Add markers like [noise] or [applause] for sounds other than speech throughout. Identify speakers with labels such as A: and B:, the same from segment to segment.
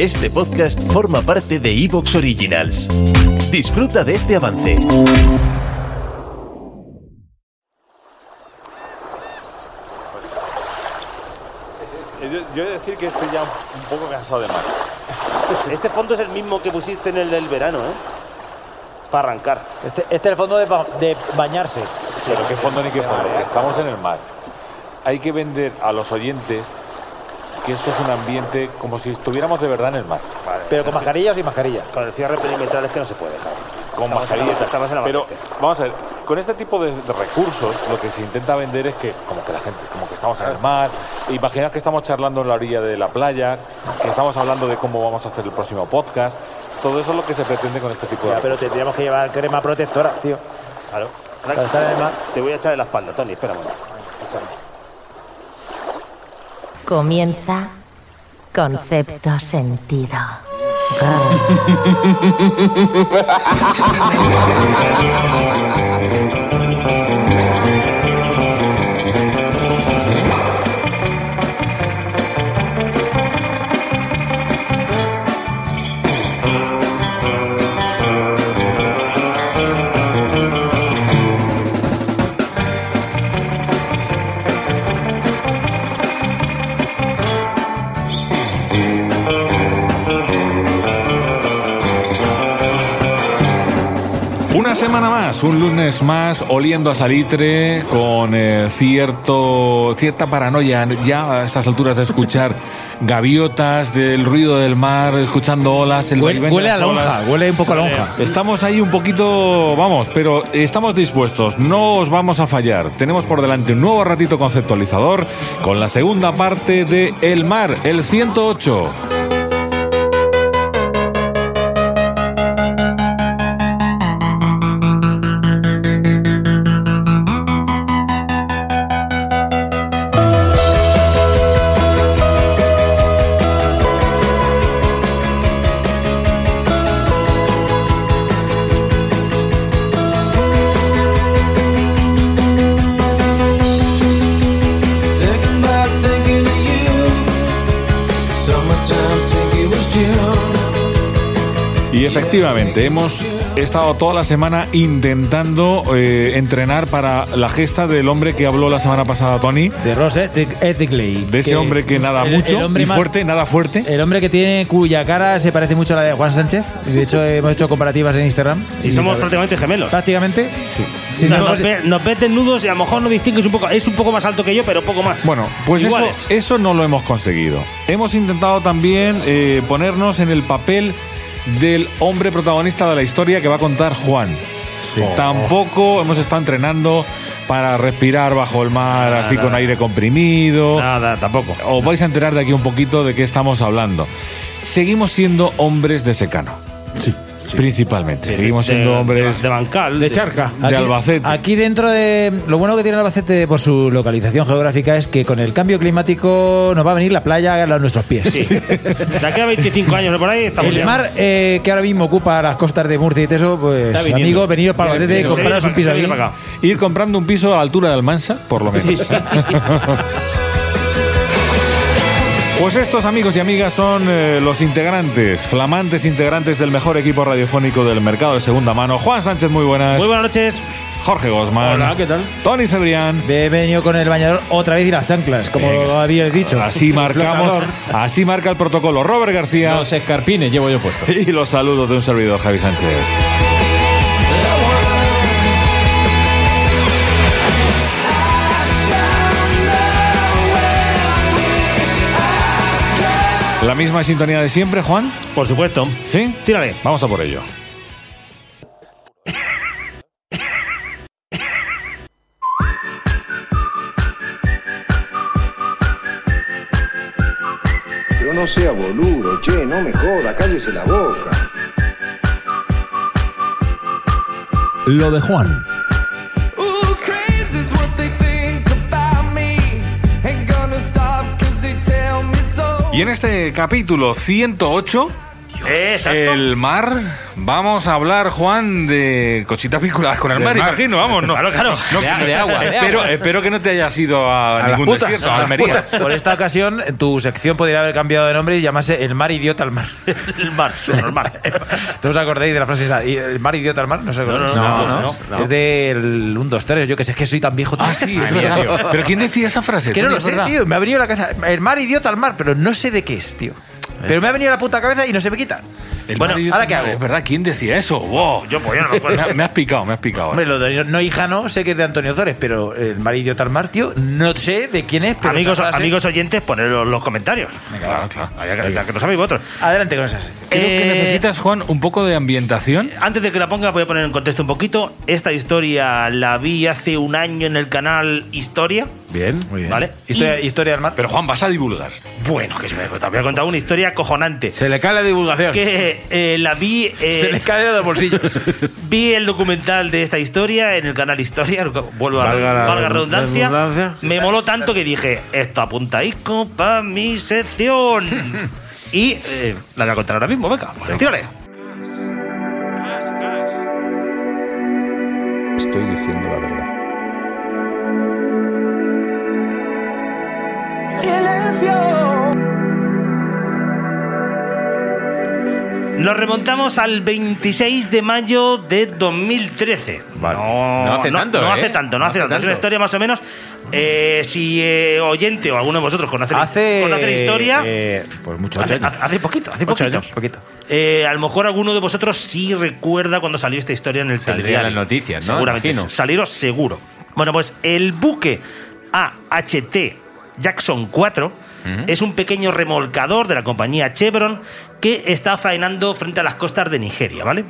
A: Este podcast forma parte de Evox Originals. Disfruta de este avance.
B: Eh, Yo, yo he de decir que estoy ya un poco cansado de mar.
C: Este fondo es el mismo que pusiste en el del verano, ¿eh? Para arrancar.
D: Este, este es el fondo de, ba- de bañarse.
B: Pero qué fondo ni qué fondo. Estamos en el mar. Hay que vender a los oyentes que esto es un ambiente como si estuviéramos de verdad en el mar.
D: Pero con mascarilla o sin mascarilla.
C: Con el cierre perimetral es que no se puede dejar.
B: Con
C: Estamos en la-
B: mascarilla.
C: estamos en la
B: Pero
C: banqueta.
B: vamos a ver, con este tipo de, de recursos lo que se intenta vender es que como que la gente, como que estamos en el mar, imaginad que estamos charlando en la orilla de la playa, que estamos hablando de cómo vamos a hacer el próximo podcast. Todo eso es lo que se pretende con este tipo de
D: Ya, pero tendríamos que llevar crema protectora, tío.
C: Claro.
D: Para estar en el mar.
C: Te voy a echar en la espalda, Tony, espérame. Échame.
E: Comienza Concepto Sentido.
B: Una semana más, un lunes más, oliendo a salitre, con eh, cierto, cierta paranoia ya a estas alturas de escuchar [laughs] gaviotas, del ruido del mar, escuchando olas, el
F: Huele,
B: vaivén de
F: huele a
B: las olas.
F: lonja, huele un poco a lonja.
B: Estamos ahí un poquito, vamos, pero estamos dispuestos, no os vamos a fallar. Tenemos por delante un nuevo ratito conceptualizador con la segunda parte de El Mar, el 108.
G: Thinking about thinking of you. Summertime think it was June.
B: Y efectivamente, hemos estado toda la semana intentando eh, entrenar para la gesta del hombre que habló la semana pasada, Tony.
F: De Ross Ed- Ed Gley,
B: De ese hombre que nada
F: el-
B: mucho
F: el hombre
B: y
F: más- Eh,
B: fuerte, nada fuerte.
F: El hombre que tiene cuya cara se parece mucho a la de Juan Sánchez. Y De hecho, hemos hecho comparativas en Instagram.
C: Y somos prácticamente gemelos.
F: prácticamente. Sí.
C: O sea, nos, ve- nos ves desnudos y a lo mejor nos distingues un poco. Es un poco más alto que yo, pero poco más.
B: Bueno, pues eso,
C: Iguales.
B: eso no lo hemos conseguido. Hemos intentado también eh, ponernos en el papel del hombre protagonista de la historia que va a contar Juan. Tampoco hemos estado entrenando para respirar bajo el mar, así con aire comprimido.
C: Nada, tampoco.
B: Os vais a enterar de aquí un poquito de qué estamos hablando. Seguimos siendo hombres de secano. Sí. Principalmente. Seguimos
C: De-
B: siendo
C: de-
B: hombres
C: De, bancal. De charca.
B: de Albacete.
F: Aquí dentro de. Lo bueno que tiene Albacete por su localización geográfica es que con el cambio climático nos va a venir la playa a nuestros pies.
C: Sí. De aquí a 25 años o por ahí estamos
F: El
C: ya.
F: mar eh, que ahora mismo ocupa las costas de Murcia y eso, pues amigos, venidos para Albacete,
C: Se viene
F: compraros
C: pa-
F: un piso
C: se
F: aquí.
C: viene pa' acá.
B: Ir comprando un piso a la altura de Almansa, por lo menos. [laughs] Pues estos amigos y amigas son eh, los integrantes, flamantes integrantes del mejor equipo radiofónico del mercado de segunda mano. Juan Sánchez, muy buenas.
C: Muy buenas noches.
B: Jorge Gosman.
F: Hola, ¿qué tal?
B: Tony Cebrián.
F: He venido con el bañador otra vez y las chanclas, como había dicho.
B: Así marcamos,
F: Flotador.
B: así marca el protocolo. Robert García. Los escarpines llevo yo puesto. [laughs] Y los saludos de un servidor, Javi Sánchez. La misma sintonía de siempre, Juan.
C: Por supuesto.
B: ¿Sí?
C: Tírale.
B: Vamos a por ello.
H: Pero no sea boludo, che, no me joda, cállese la boca.
I: Lo de Juan.
G: Ooh, crazy's what they think about me. Ain't gonna stop 'cause they tell me so.
B: Y en este capítulo 108, el mar, vamos a hablar, Juan, de cositas vinculadas con el mar, imagino, vamos, ¿no? Claro, claro.
F: De- de agua, de
B: Espero,
F: agua.
B: espero que no te hayas ido a,
F: las
B: ningún
F: putas,
B: desierto,
F: a
B: a
F: las
B: Almería.
F: putas. Por esta ocasión, tu sección podría haber cambiado de nombre y llamarse El mar idiota al mar.
J: El mar, el
F: [laughs]
J: mar.
F: ¿No os acordáis de la frase esa? ¿Y ¿El mar idiota al mar? No os acordáis.
J: No, no, no, no.
F: Es del 1, 2, 3. Yo que sé, es que soy tan viejo. tío.
B: Ah, sí, es
F: Madre mía,
B: verdad.
F: tío.
B: Pero ¿quién decía esa frase?
F: Que no
B: Tony?
F: lo
B: Es
F: sé,
B: verdad.
F: tío. Me ha venido a la cabeza. El mar idiota al mar, pero no sé de qué es, tío. Pero me ha venido a la puta cabeza y no se me quita.
B: El
F: Bueno,
B: mar y-
F: ¿ahora qué hago?
B: Es verdad, ¿quién decía eso? Wow.
J: Yo, pues, yo no me
F: [laughs]
J: acuerdo.
B: Me, me has picado, me has picado.
F: Hombre, lo de no hija no, sé que es de Antonio Torres, pero el mar idiota al mar, tío, no sé de quién es. Pero
J: Amigos,
F: esa frase-
J: amigos oyentes, ponedlo en los comentarios.
B: Claro, claro.
J: Ya que, ya que lo sabéis vosotros.
F: Adelante con esas.
B: Creo que
J: Eh,
B: necesitas, Juan, un poco de ambientación.
J: Antes de que la ponga, voy a poner en contexto un poquito. Esta historia la vi hace un año en el canal Historia.
I: Bien.
F: Muy bien.
J: Vale.
F: Historia,
J: Y-
F: historia del mar.
B: Pero, Juan, vas a divulgar.
J: Bueno, que se me voy a contar una historia cojonante.
F: se le cae la divulgación.
B: [laughs]
J: Que eh, la vi. eh,
F: [laughs] Se le cae de los bolsillos.
J: [laughs] Vi el documental de esta historia en el canal Historia, lo que- vuelvo a
I: Valga la
J: valga redundancia.
I: redundancia.
J: Me moló tanto que dije, esto apunta apuntadisco para mi
F: [laughs]
J: sección. y eh, la voy a contar ahora mismo, venga, tírale.
H: Estoy diciendo la verdad.
J: Nos remontamos al 26 de mayo de 2013.
I: Vale.
J: No,
I: No hace tanto,
J: No
I: ¿eh?
J: hace tanto, no, hace tanto. Es una
I: tanto.
J: historia más o menos. eh, si eh, oyente o alguno de vosotros conoce,
F: hace.
J: conoce la historia.
F: eh, pues mucho.
J: hace,
F: años.
J: hace- hace poquito, hace poquito.
F: Poquito.
J: Eh, a lo mejor alguno de vosotros sí recuerda cuando salió esta historia en el
I: Saldría
J: telediario.
I: en las noticias, ¿no?
J: Seguramente.
I: Imagino.
J: Saliros seguro. Bueno, pues el buque AHT Jackson 4 es un pequeño remolcador de la compañía Chevron que está faenando frente a las costas de Nigeria, ¿vale?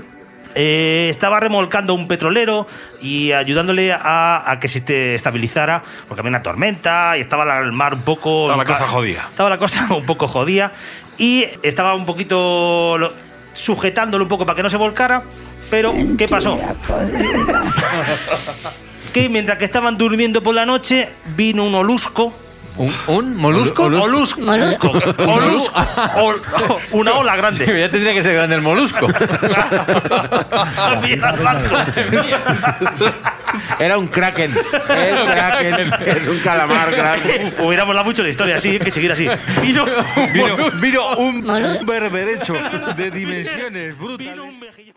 J: Eh, estaba remolcando un petrolero y ayudándole a, a que se te- estabilizara porque había una tormenta y estaba la- el mar un poco...
B: Estaba la
J: ca-
B: cosa jodida.
J: estaba la cosa [laughs] un poco jodida y estaba un poquito lo- sujetándolo un poco para que no se volcara, pero ¿qué pasó? que mientras que estaban durmiendo por la noche vino un olusco
I: ¿Un, un molusco?
J: Olusco. Olusco. Olusco. Ol- [laughs] una ola
F: [laughs]
J: grande.
I: ya tendría que ser grande el molusco.
J: Mira, Blanco.
I: Era un kraken. Es kraken. Es un calamar kraken.
J: Hubiéramos hablado mucho de la historia, así que seguir así. Vino,
B: Vino, vino un berberecho de dimensiones brutales.
J: vino un mejillón.